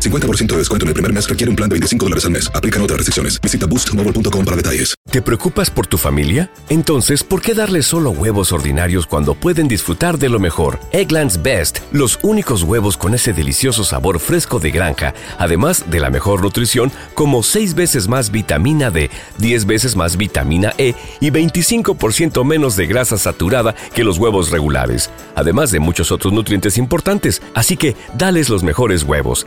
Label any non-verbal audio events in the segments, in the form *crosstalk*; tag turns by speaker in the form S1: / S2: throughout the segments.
S1: 50% de descuento en el primer mes requiere un plan de 25 dólares al mes. Aplican otras restricciones. Visita boostmobile.com para detalles.
S2: ¿Te preocupas por tu familia? Entonces, ¿por qué darles solo huevos ordinarios cuando pueden disfrutar de lo mejor? Eggland's Best, los únicos huevos con ese delicioso sabor fresco de granja, además de la mejor nutrición, como 6 veces más vitamina D, 10 veces más vitamina E y 25% menos de grasa saturada que los huevos regulares, además de muchos otros nutrientes importantes. Así que, dales los mejores huevos.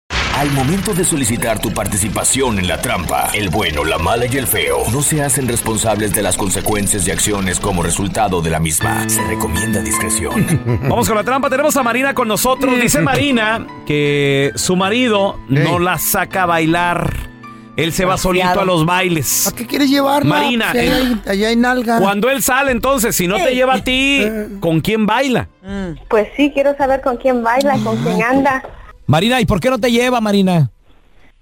S3: Al momento de solicitar tu participación en la trampa, el bueno, la mala y el feo no se hacen responsables de las consecuencias y acciones como resultado de la misma. Se recomienda discreción.
S4: Vamos con la trampa. Tenemos a Marina con nosotros.
S5: *laughs*
S4: Dice Marina que su marido no la saca a bailar. Él se va solito a los bailes.
S5: ¿A qué quieres llevar?
S4: Marina, eh,
S5: allá, hay- allá hay nalga.
S4: Cuando él sale, entonces, si no te lleva a ti, ¿con quién baila?
S6: Pues sí, quiero saber con quién baila, con quién anda.
S7: Marina, ¿y por qué no te lleva, Marina?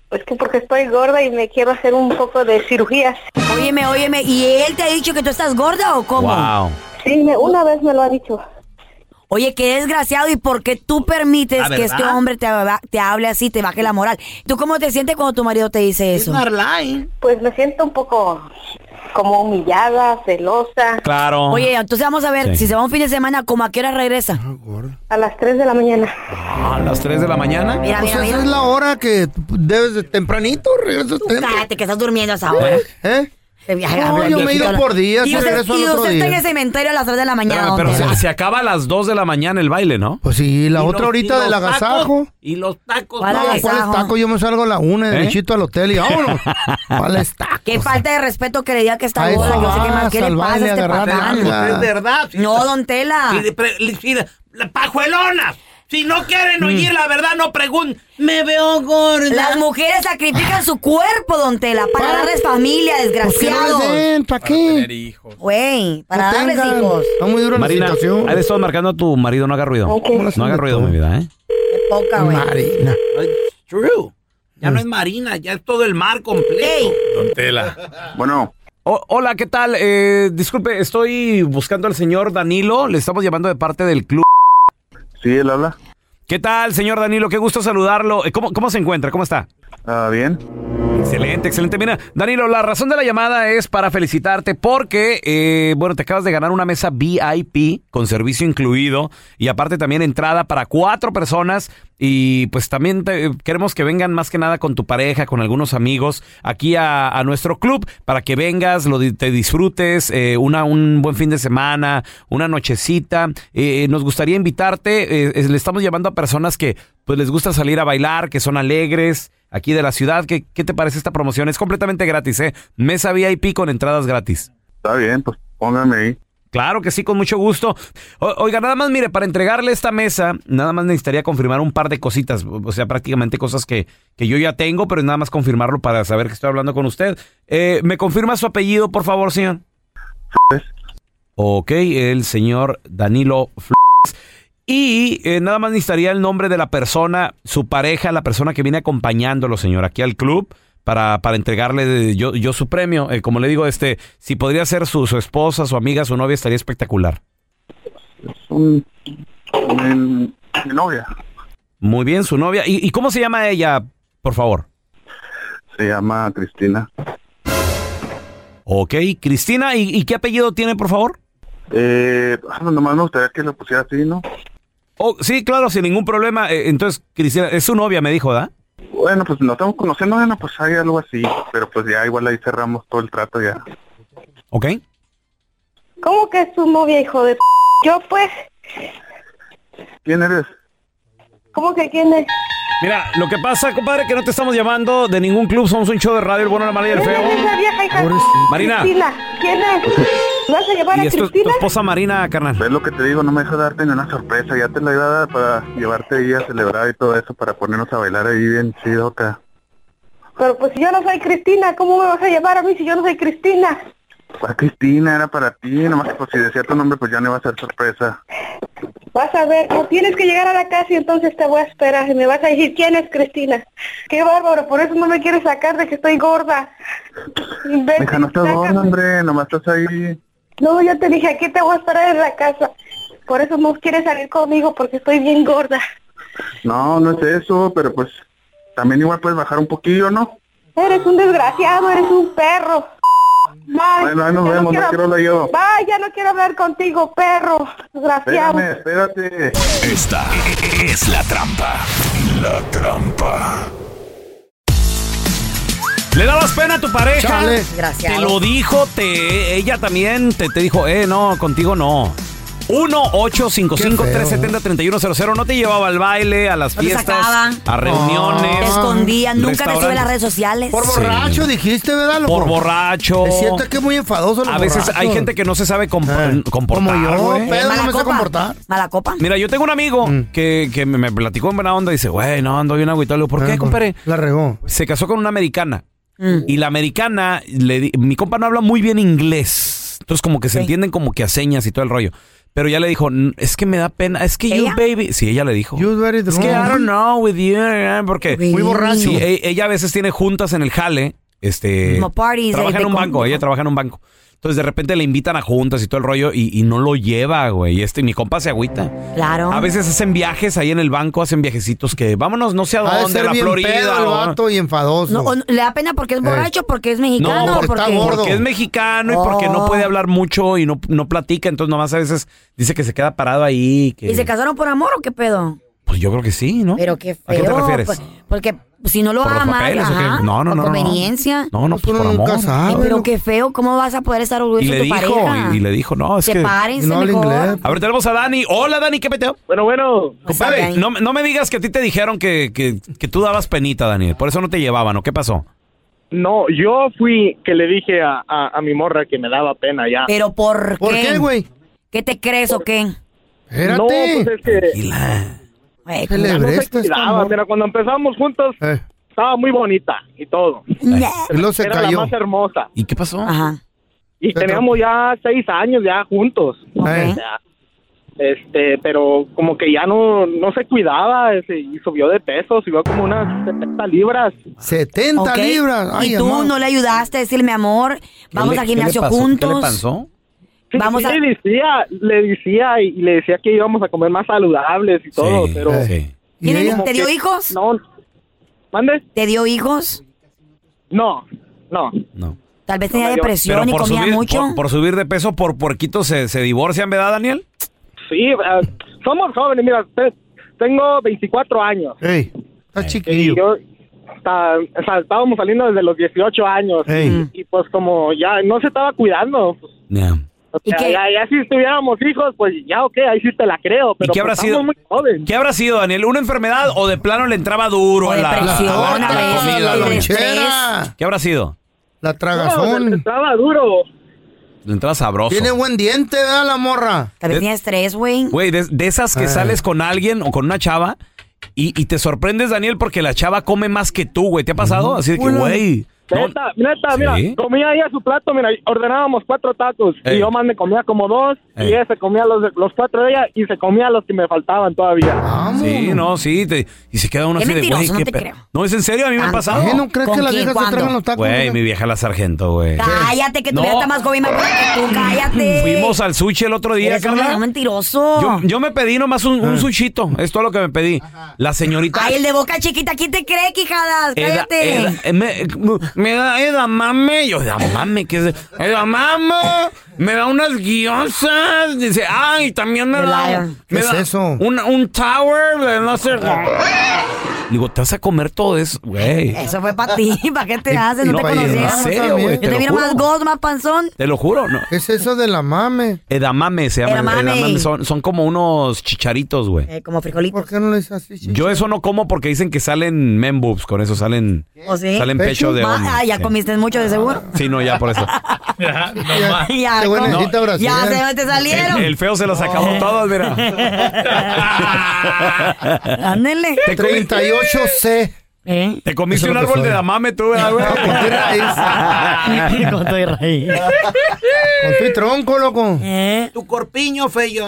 S6: Pues que porque estoy gorda y me quiero hacer un poco de cirugías.
S8: Óyeme, óyeme, ¿y él te ha dicho que tú estás gorda o cómo?
S4: Wow.
S6: Sí, me- una vez me lo ha dicho.
S8: Oye, qué desgraciado, ¿y por qué tú permites que este hombre te, ha- te hable así, te baje la moral? ¿Tú cómo te sientes cuando tu marido te dice eso?
S6: Pues me siento un poco como humillada, celosa.
S4: Claro.
S8: Oye, entonces vamos a ver, si se va un fin de semana, ¿cómo a qué hora regresa?
S4: Ah,
S6: A las 3 de la mañana.
S4: a las 3 de la mañana.
S8: Mira,
S5: Pues
S8: mira,
S5: esa
S8: mira.
S5: es la hora que debes de tempranito, regresas temprano.
S8: Cállate, que estás durmiendo a esa hora.
S5: ¿Eh?
S8: Te viaja-
S5: No,
S8: habla
S5: yo me he
S8: viejito,
S5: ido
S8: habla-
S5: por días
S8: Y
S5: y
S8: usted,
S5: regreso al
S8: y
S5: otro
S8: usted está en
S5: día.
S8: el cementerio a las 3 de la mañana.
S4: Espérame, Ah, pero
S8: hombre.
S4: se, se acaba a las 2 de la mañana el baile, ¿no?
S5: Pues sí, la otra horita del agasajo.
S7: Y los tacos.
S8: ¿Cuál
S5: No,
S8: agasajo?
S5: ¿cuál es taco? Yo me salgo a la una,
S4: ¿Eh?
S5: derechito al hotel y
S8: *laughs*
S5: vámonos. ¿Cuál es taco?
S8: Qué falta de respeto que le diga que está
S5: A eso
S8: gorda. Yo sé qué más.
S5: vas,
S8: ¿Qué le
S5: al
S8: pasa a
S5: baile,
S8: este
S5: agarrar
S8: patán?
S5: nalga. Ah.
S7: Es verdad. si-
S8: No, don Tela.
S7: si de pre- li- si de- la pajuelona. Si no
S5: Mm.
S7: quieren oír la verdad, no pregunten. Me veo gorda.
S8: Las mujeres sacrifican su cuerpo, don Tela, para darles familia,
S5: Pues que
S8: desgraciado.
S5: no les den, ¿para qué?
S8: Güey, para
S5: No
S8: darles
S5: tengan.
S8: hijos.
S5: Está muy dura la
S4: Marina, ahí le
S5: situación.
S4: estás marcando a tu marido, no haga ruido.
S6: Ok.
S4: No haga ruido, mi vida, ¿eh?
S8: Qué poca, güey.
S5: Marina.
S7: It's true. Ya
S4: Mm.
S7: no es Marina, ya es todo el mar completo.
S8: Ey,
S9: Bueno,
S4: O- hola, ¿qué tal? Eh, disculpe, estoy buscando al señor Danilo. Le estamos llamando de parte del club.
S9: sí, él habla.
S4: ¿Qué tal, señor Danilo? Qué gusto saludarlo. Eh, ¿Cómo, cómo se encuentra? ¿Cómo está?
S9: Ah, bien.
S4: Excelente, excelente. Mira, Danilo, la razón de la llamada es para felicitarte porque, eh, bueno, te acabas de ganar una mesa VIP con servicio incluido y aparte también entrada para cuatro personas y pues también te- queremos que vengan más que nada con tu pareja, con algunos amigos aquí a, a nuestro club para que vengas, lo, di- te disfrutes, eh, una, un buen fin de semana, una nochecita. Eh, nos gustaría invitarte, eh, es- le estamos llamando a personas que pues les gusta salir a bailar, que son alegres aquí de la ciudad. ¿Qué, qué te parece esta promoción? Es completamente gratis, ¿eh? Mesa VIP con entradas gratis.
S9: Está bien, pues póngame ahí.
S4: Claro que sí, con mucho gusto. O- oiga, nada más, mire, para entregarle esta mesa, nada más necesitaría confirmar un par de cositas, o o sea, prácticamente cosas que, que yo ya tengo, pero nada más confirmarlo para saber que estoy hablando con usted. Eh, ¿Me confirma su apellido, por favor, señor?
S9: Flores.
S4: Ok, el señor Danilo Flores. Y eh, nada más necesitaría el nombre de la persona, su pareja, la persona que viene acompañándolo, señor, aquí al club, para, para entregarle eh, yo, yo su premio. Eh, como le digo, este, si podría ser su, su esposa, su amiga, su novia, estaría espectacular.
S9: Mm, Mi, mi novia
S4: Muy bien, su novia. ¿Y, y cómo se llama ella, por favor?
S9: se llama Cristina.
S4: Ok, Cristina, ¿y, y qué apellido tiene, por favor?
S9: Eh, ah, nomás me gustaría que lo pusiera así, ¿no?
S4: Oh, sí, claro, sin ningún problema. Eh, Entonces, Cristina, es su novia, me dijo, ¿da?
S9: Bueno, pues nos estamos conociendo, bueno, pues hay algo así, pero pues ya igual ahí cerramos todo el trato ya.
S4: ¿Ok?
S6: ¿Cómo que es tu novia, hijo de p-? Yo pues,
S9: ¿Quién eres?
S6: ¿cómo que quién es?
S4: Mira, lo que pasa, compadre, que no te estamos llamando de ningún club, somos un show de radio, el bueno, la mala y el
S6: ¿Quién
S4: feo.
S6: es esa vieja hija?
S4: Marina.
S6: Cristina, ¿quién es? ¿Vas a llevar
S4: Y
S6: a
S4: esto es tu
S6: Cristina?
S4: esposa Marina, carnal.
S9: Es lo que te digo, no me deja darte ni una sorpresa, ya te la iba a dar para llevarte ahí a celebrar y todo eso, para ponernos a bailar ahí bien chido acá.
S6: Pero pues si yo no soy Cristina, ¿cómo me vas a llevar a mí si yo no soy Cristina?
S9: Para Cristina, era para ti, nomás que, pues si decía tu nombre, pues ya no iba a ser sorpresa.
S6: Vas a ver, no tienes que llegar a la casa y entonces te voy a esperar y me vas a decir quién es Cristina. Qué bárbaro, por eso no me quieres sacar de que estoy gorda.
S10: Eh,
S6: Imbécil,
S9: Hija, no estás
S6: sácame.
S9: gorda, hombre, nomás estás ahí.
S6: No, yo te dije, aquí te voy a esperar en la casa. Por eso no quieres salir conmigo porque estoy bien gorda.
S9: No, no es eso, pero pues también igual puedes bajar un poquillo, ¿no?
S6: Eres un desgraciado, eres un perro. Bye.
S9: Bueno, ahí nos
S6: Ya
S9: vemos, no quiero hablar yo.
S6: Bye, ya no quiero hablar contigo, perro. Desgraciado.
S9: Espérame, espérate.
S3: Esta es la trampa. La trampa.
S4: ¿Le dabas pena a tu pareja?
S5: Chale.
S8: Gracias.
S4: Te lo dijo, te, ella también te, te dijo, eh, no, contigo no. 1-855-370-3100. No te llevaba al baile, a las
S8: No te
S4: fiestas,
S8: sacaba.
S4: a
S8: Te
S4: reuniones,
S8: escondían, nunca te sube a las redes sociales.
S5: Por
S4: Sí.
S5: borracho dijiste, ¿verdad?
S4: por
S5: borracho.
S4: borracho.
S5: Me siento que es muy enfadoso. los
S4: A veces hay
S5: borrachos.
S4: gente que no se sabe compo-
S5: Eh,
S4: comportar.
S5: Como yo,
S4: güey.
S5: Pedro, no
S8: Mala
S5: me sé
S8: copa.
S5: comportar.
S8: Mala copa.
S4: Mira, yo tengo un amigo
S5: Mm.
S4: que, que me, me platicó en buena onda. Dice, güey, no, ando bien agüitado. Le digo, ¿Por qué,
S5: Ah,
S4: compadre?
S5: La regó.
S4: Se casó con una americana.
S8: Mm.
S4: Y la americana, le di- mi compa no habla muy bien inglés. Entonces, como que se
S8: Sí.
S4: entienden como que a señas y todo el rollo. Pero ya le dijo, "N- es que me da pena. Es que you,
S8: ¿Ella?
S4: baby. Sí, ella le dijo.
S5: You very
S4: es que I don't know with you. eh, Porque
S8: Muy borracho.
S4: Sí, e- ella a veces tiene juntas en el jale. Este,
S8: Como parties,
S4: trabaja
S8: eh,
S4: en
S8: de
S4: un
S8: con-
S4: banco.
S8: de
S4: Ella
S8: con-
S4: trabaja en un banco. Entonces, de repente le invitan a juntas y todo el rollo y, y no lo lleva, güey. Y este, mi compa se agüita.
S8: Claro.
S4: A veces hacen viajes ahí en el banco, hacen viajecitos que vámonos, no sé a
S5: Ha de
S4: dónde, a
S5: ser
S4: la
S5: bien
S4: Florida.
S5: pedo el
S4: o-
S5: vato y enfadoso.
S8: No, o no- le da pena porque es borracho, porque es mexicano,
S4: No,
S8: porque,
S5: porque Eh. está gordo.
S4: Porque es mexicano y porque no
S8: Oh.
S4: puede hablar mucho y no, no platica, entonces nomás a veces dice que se queda parado ahí. Que,
S8: ¿Y se casaron por amor o qué pedo?
S4: Pues yo creo que sí, ¿no?
S8: Pero qué
S4: ¿A
S8: feo.
S4: qué te refieres?
S8: pues, porque si no lo
S4: ¿Por los
S8: amas,
S4: papeles o qué?
S8: ajá,
S4: No, no,
S8: por
S4: no, no.
S8: conveniencia.
S4: No, no, pues
S5: Uno
S4: por
S5: nunca
S4: amor.
S5: sabe.
S8: Eh, pero
S5: loco.
S8: qué feo, ¿cómo vas a poder estar
S4: Y
S8: orgulloso
S4: le
S8: de Pues, tu
S4: dijo,
S8: pareja?
S4: y, y le dijo, no, es que...
S8: Sepárense
S5: No habla
S8: mejor.
S5: inglés.
S4: A ver, tenemos a Dani. Hola, Dani, ¿qué peteo?
S11: Bueno, bueno,
S4: Compadre,
S8: Dani?
S4: no, me- no me digas que a ti te dijeron que, que, que tú dabas penita, Daniel. Por eso no te llevaban, ¿o qué pasó?
S11: no, yo fui que le dije a, a- a mi morra que me daba pena ya.
S8: Pero ¿por qué?
S5: ¿Por qué, güey?
S8: ¿Qué te crees o qué?
S11: No, pues
S5: Espérate.
S11: es que
S4: Tranquila.
S8: Güey,
S11: no
S5: Celebre
S11: se
S5: esto. está
S11: cuidaba,
S5: amor.
S11: mira, cuando empezamos juntos
S5: Eh,
S11: estaba muy bonita y todo.
S5: y luego se
S11: Era
S5: cayó.
S11: la más hermosa.
S4: ¿Y qué pasó?
S8: Ajá.
S11: Y
S5: Pero-
S11: teníamos ya seis años ya juntos.
S5: Eh,
S11: O sea, este, pero como que ya no, no se cuidaba ese, y subió de peso, subió como unas 70 libras.
S5: 70
S8: Ok.
S5: libras. Ay,
S8: y tú
S5: amor.
S8: no le ayudaste a decirle, mi amor, vamos
S4: ¿Qué
S8: al
S4: le- qué le
S8: gimnasio
S4: pasó?
S8: juntos.
S4: ¿Qué le pasó?
S11: Sí,
S8: Vamos
S11: sí,
S8: a-
S11: le decía, le decía y, y le decía que íbamos a comer más saludables y todo,
S4: Sí,
S11: pero
S4: sí.
S5: ¿Y
S8: ¿Tiene-
S5: ella?
S8: ¿Te dio
S11: que-
S8: hijos?
S11: no. ¿Mande?
S8: ¿Te dio hijos?
S11: No, no.
S4: No.
S8: Tal vez tenía
S11: me dio.
S8: depresión y comía
S4: subir,
S8: mucho.
S4: Por, por subir de peso, por puerquitos se, se divorcian, ¿verdad, Daniel?
S11: Sí, ah, somos jóvenes, mira, te- tengo 24 años.
S5: Ey,
S4: Eh,
S5: está
S11: Y
S5: chiquillo.
S11: yo ta- o sea, estábamos saliendo desde los 18 años.
S5: Ey.
S11: Y pues como ya no se estaba cuidando. pues, o
S8: ¿Y
S11: sea,
S8: qué?
S11: Ya, ya si tuviéramos hijos, pues ya ok, ahí sí te la creo. Pero
S4: qué habrá
S11: pues,
S4: sido?
S11: estamos muy jóvenes.
S4: ¿Qué habrá sido, Daniel? ¿Una enfermedad o de plano le entraba duro
S8: O
S4: la, la-
S8: depresión,
S4: la-
S8: a
S4: la
S8: veces,
S4: comida,
S8: el
S5: la
S4: Daniel?
S8: estrés.
S5: lonchera,
S4: ¿Qué habrá sido?
S5: la
S11: No,
S5: tragazón.
S11: estaba duro.
S4: Le entraba sabroso.
S5: Tiene buen diente, ¿verdad, la morra?
S8: Tal
S4: Eh.
S8: vez tenía estrés, güey.
S4: Güey, de, de esas que
S5: Ah.
S4: sales con alguien o con una chava y, y te sorprendes, Daniel, porque la chava come más que tú, güey. ¿Te ha pasado? Así de que,
S5: Hola.
S4: güey,
S11: Neta, neta, mira,
S4: ¿Sí?
S11: comía ahí a su plato, mira, ordenábamos cuatro tacos
S4: Ey.
S11: y yo más me comía como dos y
S4: Ey.
S11: ella se comía los, de- los cuatro de ella y se comía los que me faltaban todavía.
S4: Sí, no, sí. te- y se queda uno
S11: Qué
S4: así de, güey,
S11: mentiroso, no
S4: qué
S11: te
S4: pe-
S11: creo.
S4: No, es en serio, a mí me ha
S11: Ah,
S4: pasado.
S5: ¿eh? ¿No crees
S8: ¿Con
S5: que las
S8: quién?
S5: viejas se
S8: ¿Cuándo?
S5: tragan los tacos?
S4: Güey, mi vieja la sargento, güey.
S8: Cállate, que tu
S4: No.
S8: vida está más joven y más buena que tú. Cállate.
S4: Fuimos al sushi el otro día,
S8: Eres un
S4: Carla.
S8: verdadero mentiroso.
S4: Yo, yo me pedí nomás un,
S5: Ah.
S4: un sushito, es todo lo que me pedí. La señorita...
S8: Ay, el de boca chiquita, ¿quién te cree, quijadas?
S4: Eda-
S8: Cállate.
S4: Eda- eh, me, me da edamame. Yo, edamame, ¿qué es? Edamame. Me da unas guiosas. Dice, ay, también me da.
S5: ¿Qué
S4: me
S5: es
S4: da
S5: eso?
S4: una- un tower de no sé. Digo, te vas a comer todo eso, güey.
S8: Eso fue para ti, *laughs* ¿para qué te
S4: Y-
S8: haces?
S4: y
S8: No, te
S4: no, y en
S8: conocías.
S4: serio, güey,
S8: Yo
S4: te
S8: te
S4: lo
S8: miro
S4: juro.
S8: más gordo, más panzón.
S4: Te lo juro, ¿no?
S5: ¿Qué es eso de la mame?
S4: Edamame se llama.
S8: Edamame.
S4: Son, son como unos chicharitos, güey.
S8: Eh, como frijolitos.
S5: ¿Por qué no le dices así?
S4: Yo eso no como porque dicen que salen men boobs, con eso salen.
S8: ¿O Oh, sí?
S4: Salen pecho de
S8: Ah,
S4: hombre.
S8: ya
S4: Sí.
S8: comiste mucho de seguro.
S4: Sí, no, ya por
S8: *laughs*
S4: eso. Ah,
S8: ya,
S5: Qué buena
S8: no.
S5: cita, Brasil. ¿eh?
S8: ya se te salieron.
S4: El, el feo se los acabó todos, mira.
S8: Ándele. ¿Eh?
S4: Te comi-
S5: 38C.
S4: Te comiste
S5: Eso
S4: un
S5: es lo que
S4: árbol
S5: soy.
S4: de damame tú, ¿verdad,
S8: *laughs*
S4: güey.
S5: Con tu raíz. Con tu tronco, loco.
S8: Eh.
S7: Tu corpiño feo.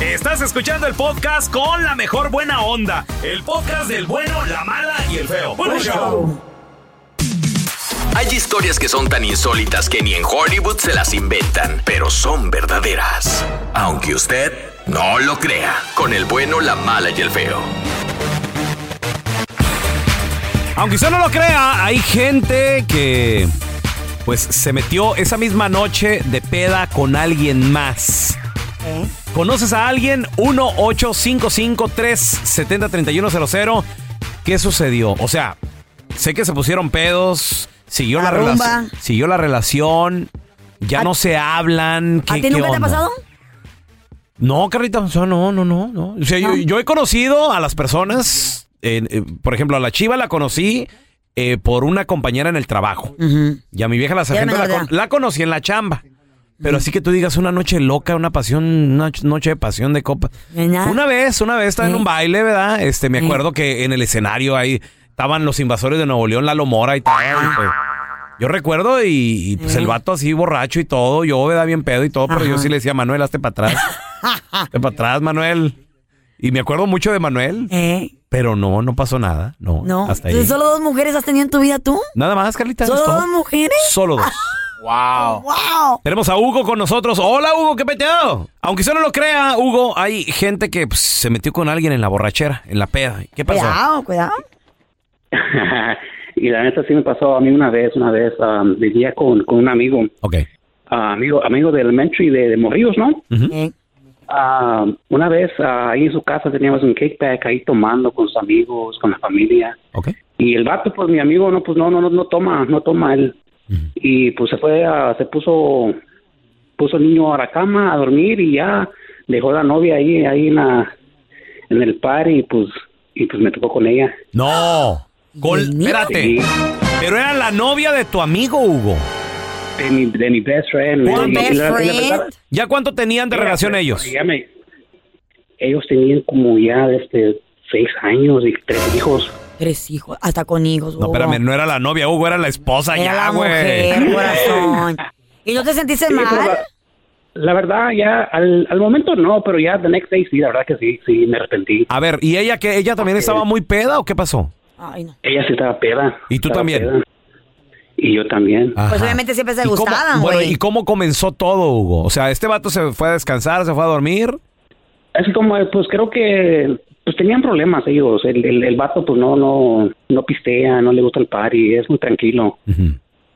S12: Estás escuchando el podcast con la mejor buena onda. El podcast del bueno, la mala y el feo. Bueno, show.
S3: Hay historias que son tan insólitas que ni en Hollywood se las inventan, pero son verdaderas. Aunque usted no lo crea, con el bueno, la mala y el feo.
S4: Aunque usted no lo crea, hay gente que pues se metió esa misma noche de peda con alguien más. ¿Conoces a alguien? 1-855-370-3100. ¿Qué sucedió? O sea, sé que se pusieron pedos, siguió la,
S8: La rumba.
S4: relación. Siguió la relación, ya no se hablan. ¿qué-
S8: ¿A ti
S4: qué
S8: nunca te ha
S4: onda?
S8: pasado?
S4: No, Carlita, o sea, no, no, no, no. O sea, Yo, yo he conocido a las personas, eh, eh, por ejemplo, a la chiva la conocí eh, por una compañera en el trabajo. Y a mi vieja la sargento
S8: menor
S4: la,
S8: de
S4: con- la conocí en la chamba. Pero así que tú digas una noche loca, una pasión, una ch- noche de pasión de copa. Una vez, una vez estaba en un baile, ¿verdad? Este, me acuerdo que en el escenario *laughs* ahí estaban los invasores de Nuevo León, Lalo Mora y tal. y, pues, yo recuerdo y, y, pues
S8: Eh.
S4: el vato así borracho y todo, yo ¿verdad? bien pedo y todo, pero yo sí le decía, Manuel, hazte
S8: *laughs*
S4: para atrás. hazte para atrás, Manuel. Y me acuerdo mucho de Manuel. Pero no, no pasó nada. No,
S8: Eh. No.
S4: hasta ahí.
S8: Entonces, ¿Solo dos mujeres has tenido en tu vida tú?
S4: Nada más, Carlita.
S8: ¿Solo
S4: es todo.
S8: dos mujeres?
S4: Solo dos.
S8: *laughs*
S4: wow.
S8: ¡Wow!
S4: Tenemos a Hugo con nosotros. Hola, Hugo, ¿qué peteo? Aunque usted no lo crea, Hugo, hay gente que pues, se metió con alguien en la borrachera, en la peda. ¿Qué pasó?
S8: Cuidado, cuidado.
S13: *laughs* y la neta sí me pasó a mí una vez, una vez um, vivía con, con un amigo. Ah,
S4: Okay.
S13: amigo, amigo de elementary de, de Morrillos, ¿no?
S8: Eh,
S13: Ah, una vez ah, ahí en su casa teníamos un kickback ahí tomando con sus amigos, con la familia. Y el vato, pues mi amigo, no, pues no, no, no, no toma, no toma él. Y pues se fue, a, se puso, puso el niño a la cama a dormir y ya dejó la novia ahí, ahí en, la, en el par y pues y pues me tocó con ella.
S4: No. Col- espérate.
S13: Sí.
S4: Pero era la novia de tu amigo, Hugo.
S13: De mi, de mi best friend.
S4: ¿Cuánto-
S13: Y- y la- y la verdad,
S4: ¿Ya cuánto tenían de
S13: Mira,
S4: relación
S13: pero-
S4: ellos?
S13: ya me- ellos tenían como ya desde seis años y tres hijos.
S8: Tres hijos, hasta con hijos.
S4: No,
S8: bobo.
S4: espérame, no era la novia, Hugo, era la esposa
S8: Era
S4: ya,
S8: la
S4: güey.
S8: mujer, corazón. ¿Y no te sentiste
S13: Sí, pero
S8: mal? Pues,
S13: la- La verdad, ya al, al momento no, pero ya the next day sí, la verdad que sí, sí, me arrepentí.
S4: A ver, ¿y ella que ella también estaba muy peda o qué pasó?
S8: Ay, no.
S13: Ella sí estaba peda.
S4: ¿Y Ah. tú
S13: estaba
S4: también?
S13: peda. Y yo también.
S4: Ajá.
S8: Pues obviamente siempre se
S4: ¿Y cómo-
S8: gustaban,
S4: bueno,
S8: güey.
S4: ¿y cómo comenzó todo, Hugo? O sea, este vato se fue a descansar, se fue a dormir.
S13: Así como, eh, pues creo que pues tenían problemas ellos. El, el, el vato pues no, no, no pistea, no le gusta el party, es muy tranquilo.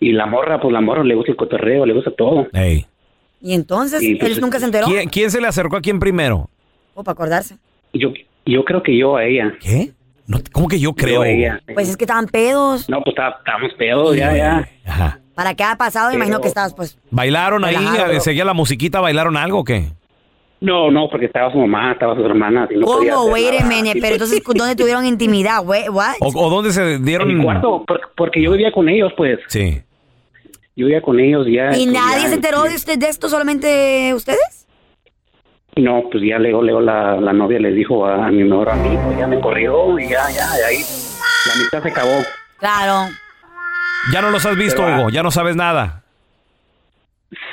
S13: Y la morra, pues la morra le gusta el cotorreo, le gusta todo.
S8: Y entonces,
S13: Sí, pues,
S8: él nunca se enteró.
S4: ¿Quién, quién se le acercó a quién primero?
S8: O para acordarse.
S13: Yo, yo creo que yo a ella.
S4: ¿Qué? No, ¿Cómo que yo creo?
S13: Yo a ella.
S8: Pues es que estaban pedos.
S13: No, pues está- estábamos pedos, ya, ya.
S8: ¿Para qué ha pasado?
S13: Pero-
S8: Imagino que estabas, pues.
S4: ¿Bailaron ahí?
S8: Relajado,
S4: eh,
S8: bro.
S4: ¿Seguía la musiquita? ¿Bailaron algo o qué?
S13: No, no, porque estaba su mamá, estaba su hermana. Y no podía
S8: ¿Cómo,
S13: hacer
S8: güey,
S13: nada.
S8: Irene? Pero entonces, ¿dónde tuvieron intimidad, güey? ¿What?
S4: ¿O, o dónde se dieron?
S13: En mi cuarto, por- porque yo vivía con ellos, pues.
S4: Sí.
S13: Yo vivía con ellos ya.
S8: ¿Y
S13: pues,
S8: nadie
S13: ya-
S8: se enteró de, usted- de esto? ¿Solamente ustedes?
S13: No, pues ya luego, luego la, la novia le dijo a, a mi mejor amigo, ya me corrió y ya, ya, de ahí. La mitad se acabó.
S8: Claro.
S4: Ya no los has visto,
S13: Pero, ah,
S4: Hugo, ya no sabes nada.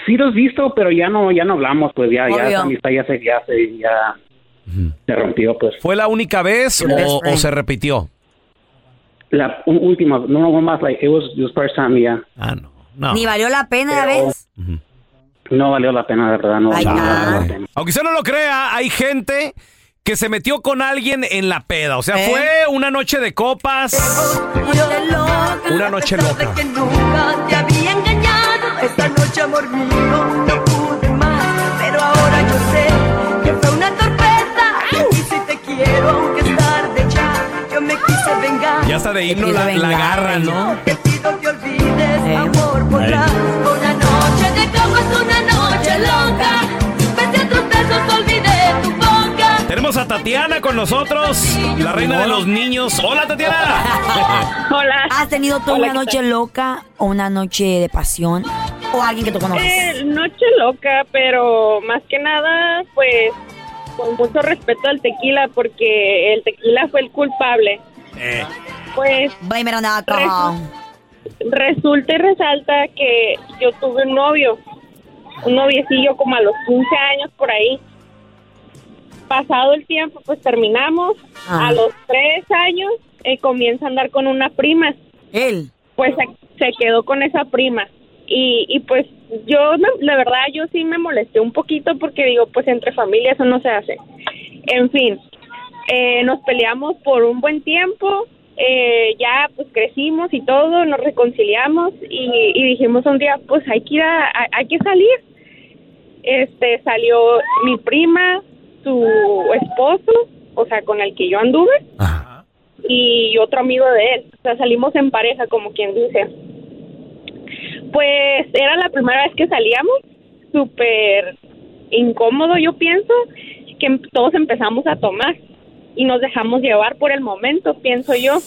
S13: Sí los visto, pero ya no, ya no hablamos, pues ya, ya
S4: Obvio.
S13: esa amistad ya se, ya se, ya se rompió, pues.
S4: ¿Fue la única vez
S13: Your best
S4: o,
S13: friend.
S4: o se repitió?
S13: La u- última, no, no, más, like, it was just first time, ya.
S4: Ah, no.
S8: Ni valió la pena,
S13: Pero-
S8: ¿ves?
S13: No valió la pena, de verdad, no.
S8: Ay,
S13: no, no,
S8: nada.
S13: valió la pena.
S4: Aunque usted no lo crea, hay gente que se metió con alguien en la peda. O sea,
S8: ¿Eh?
S4: fue una noche de copas, una noche loca.
S14: que nunca te había engañado. Esta noche, amor mío, no pude más. Pero ahora yo sé que fue una torpeza. Te quise y te quiero, aunque es tarde ya. Yo me quise vengar.
S4: Ya hasta de himno la, la garra, ¿no?
S14: Te pido que olvides,
S13: Eh.
S14: amor, por
S4: Ahí.
S14: la Una noche de copas, una noche loca. Vete a tus besos, olvidé tu boca.
S4: Tenemos a Tatiana con nosotros, la reina de los niños. Hola,
S13: *laughs*
S4: Tatiana.
S8: Hola. ¿Has tenido tú
S4: Hola,
S8: una
S4: ¿qué tal?
S8: noche loca o una noche de pasión o alguien que tú conoces?
S15: Eh, noche loca, pero más que nada, pues con mucho respeto al tequila, porque el tequila fue el culpable. Pues.
S8: Blame it on the alcohol.
S15: resu- Resulta y resalta que yo tuve un novio, un noviecillo como a los 15 años por ahí. Pasado el tiempo, pues terminamos.
S14: Ah.
S15: A los 3 años eh, comienza a andar con una prima.
S8: ¿Él?
S15: Pues se, se quedó con esa prima. Y, y pues yo, me- la verdad, yo sí me molesté un poquito porque digo, pues entre familia eso no se hace. En fin, eh, nos peleamos por un buen tiempo, eh, ya pues crecimos y todo, nos reconciliamos y, y dijimos un día, pues hay que ir a, a- hay que salir. Este, salió mi prima, su esposo, o sea, con el que yo anduve, y otro amigo de él. O sea, salimos en pareja, como quien dice. Pues era la primera vez que salíamos, súper incómodo, yo pienso, que em- todos empezamos a tomar y nos dejamos llevar por el momento, pienso yo.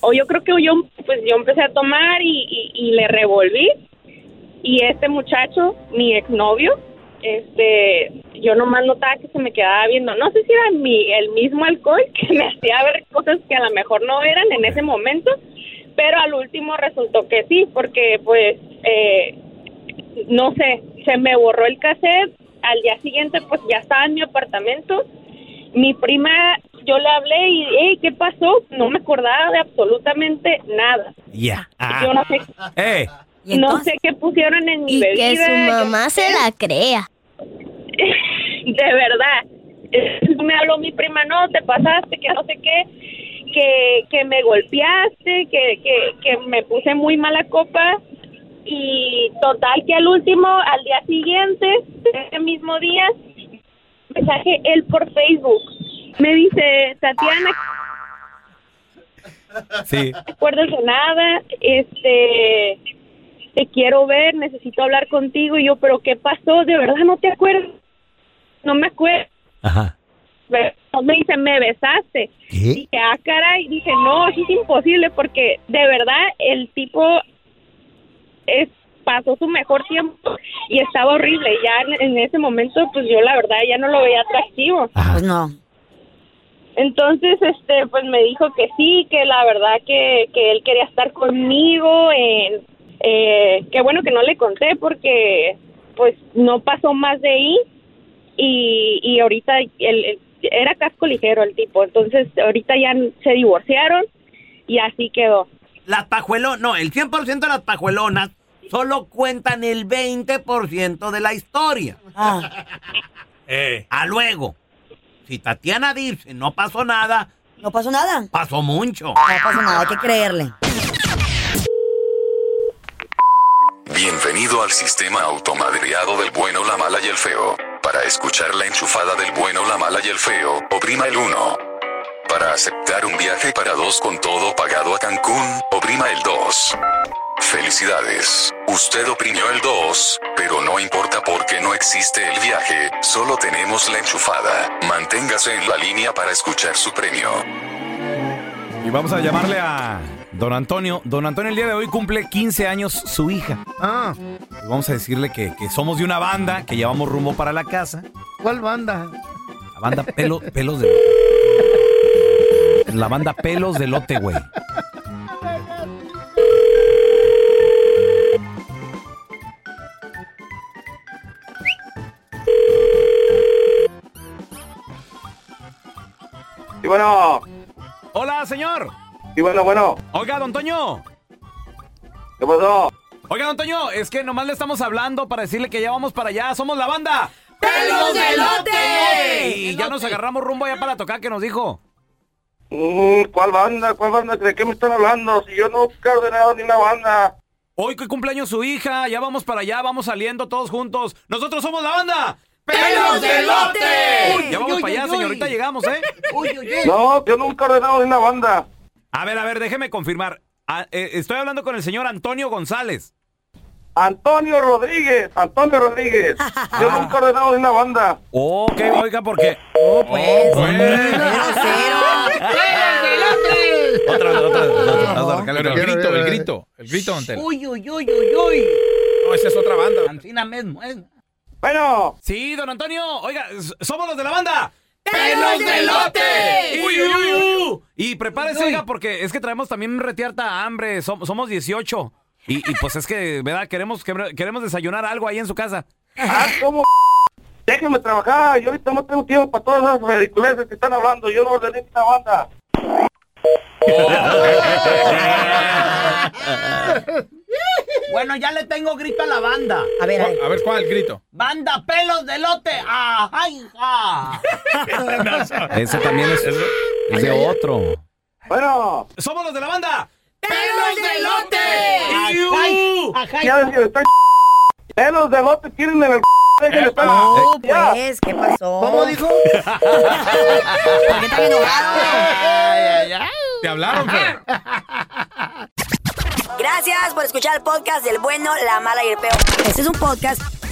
S15: O yo creo que yo, pues yo empecé a tomar y, y- y le revolví. Y este muchacho, mi exnovio, este, yo nomás notaba que se me quedaba viendo. No sé si era mi, el mismo alcohol que me hacía ver cosas que a lo mejor no eran en ese momento, pero al último resultó que sí, porque pues, eh, no sé, se me borró el cassette. Al día siguiente, pues ya estaba en mi apartamento mi prima, yo le hablé y, hey, ¿qué pasó? No me acordaba de absolutamente nada.
S4: Ya.
S8: Ah.
S15: Yo no sé,
S4: Eh.
S15: no sé qué pusieron en mi
S10: Y
S15: bebida.
S10: que su mamá se la
S15: crea. *laughs* de verdad. Eh, Me habló mi prima, no, te pasaste, que no sé qué, que, que me golpeaste, que, que, que me puse muy mala copa. Y total que al último, al día siguiente, ese mismo día, mensaje él por Facebook. Me dice, Tatiana,
S4: Sí.
S15: no te acuerdas de nada, este, te quiero ver, necesito hablar contigo. Y yo, ¿pero qué pasó? ¿De verdad no te acuerdas? No me acuerdo.
S4: Ajá.
S15: Ve- me dice, me besaste.
S14: ¿Qué?
S15: Dije, ah, caray. Dije, no, eso es imposible porque de verdad el tipo es, pasó su mejor tiempo y estaba horrible. Ya en, en ese momento, pues yo la verdad ya no lo veía atractivo.
S8: Pues no.
S15: Entonces, este, pues me dijo que sí, que la verdad que, que él quería estar conmigo. En, eh, qué bueno que no le conté porque, pues, no pasó más de ahí. Y, y ahorita el- el- era casco ligero el tipo. Entonces, ahorita ya se divorciaron y así quedó.
S7: Las pajuelonas, no, el 100% de las pajuelonas solo cuentan el 20% de la historia.
S8: Ah.
S7: A luego. Si Tatiana dice no pasó nada.
S8: ¿No pasó nada?
S7: Pasó mucho. No
S8: pasó nada, hay que creerle.
S3: Bienvenido al sistema automadriado del bueno, la mala y el feo. Para escuchar la enchufada del bueno, la mala y el feo, oprima el 1. Para aceptar un viaje para dos con todo pagado a Cancún, oprima el 2. Felicidades. Usted oprimió el 2, pero no importa porque no existe el viaje, solo tenemos la enchufada. Manténgase en la línea para escuchar su premio.
S4: Y vamos a llamarle a don Antonio. Don Antonio el día de hoy cumple 15 años su hija.
S5: Ah,
S4: Y vamos a decirle que, que somos de una banda, que llevamos rumbo para la casa.
S5: ¿cuál banda?
S4: La banda pelo, pelos de... La banda pelos de lote, güey.
S10: Y bueno,
S4: Hola, señor.
S10: y bueno, bueno,
S4: Oiga, don Toño.
S10: ¿qué pasó?
S4: Oiga, don Toño, es que nomás le estamos hablando para decirle que ya vamos para allá. Somos la banda.
S14: ¡Pelos de elote!
S4: Y ya nos agarramos rumbo allá para tocar, que nos dijo.
S10: Mm, ¿Cuál banda? ¿Cuál banda? ¿De qué me están hablando? Si yo no he ordenado ni una banda.
S4: Hoy que cumpleaños su hija, ya vamos para allá, vamos saliendo todos juntos. Nosotros somos la banda.
S14: ¡Pelos de elote!
S4: Ya vamos
S14: Uy, uy,
S4: para
S14: uy,
S4: allá,
S14: uy.
S4: señorita, llegamos,
S14: *laughs*
S4: ¿eh?
S10: No, yo nunca he ordenado ni una banda.
S4: A ver, a ver, déjeme confirmar. Ah, eh, estoy hablando con el señor Antonio González.
S10: Antonio Rodríguez, Antonio Rodríguez. Yo nunca he ordenado ni una banda.
S4: Oh, qué oiga, porque.
S8: Oh, pues.
S4: *laughs*
S16: Otra vez, otra vez. Pero el
S4: Quiero,
S16: grito,
S4: eh,
S16: el grito. El grito, don Tela.
S7: Uy, uy, uy, uy, uy.
S16: No, esa es otra banda.
S7: Antina mismo, ¿eh?
S10: Bueno.
S4: Sí, don Antonio. Oiga, s- somos los de la banda.
S7: ¡Pelos de elote!
S4: ¡Uy, uy, uy, uy! Y prepárese,
S7: Uy.
S4: oiga, porque es que traemos también retierta hambre. Som- somos 18. Y, y, pues es que, ¿verdad? Queremos, que- queremos desayunar algo ahí en su casa.
S10: Ah, ¿cómo? Déjenme trabajar. Yo ahorita no tengo tiempo para todas esas ridiculeces que están hablando. Yo no ordené ni una banda.
S7: Bueno, ya le tengo grito a la banda.
S8: A ver,
S16: a ver cuál grito.
S7: Banda pelos de lote. Ajá, hija.
S4: Ese también es, es de otro.
S10: Bueno.
S4: Somos los de la banda.
S7: ¡Pelos de lote!
S10: Ya
S7: Ajá, hija.
S10: ves que le están... Pelos de bote tienen
S4: Eh,
S10: en el... Déjenme estar-
S8: No,
S10: Ya.
S8: pues, ¿qué pasó?
S10: ¿Cómo
S8: *laughs*
S10: dijo?
S14: *laughs*
S8: ¿Por qué tan enojado?
S12: uh,
S16: Te hablaron, pero.
S8: Gracias por escuchar el podcast del bueno, la mala y el peor. Este es un podcast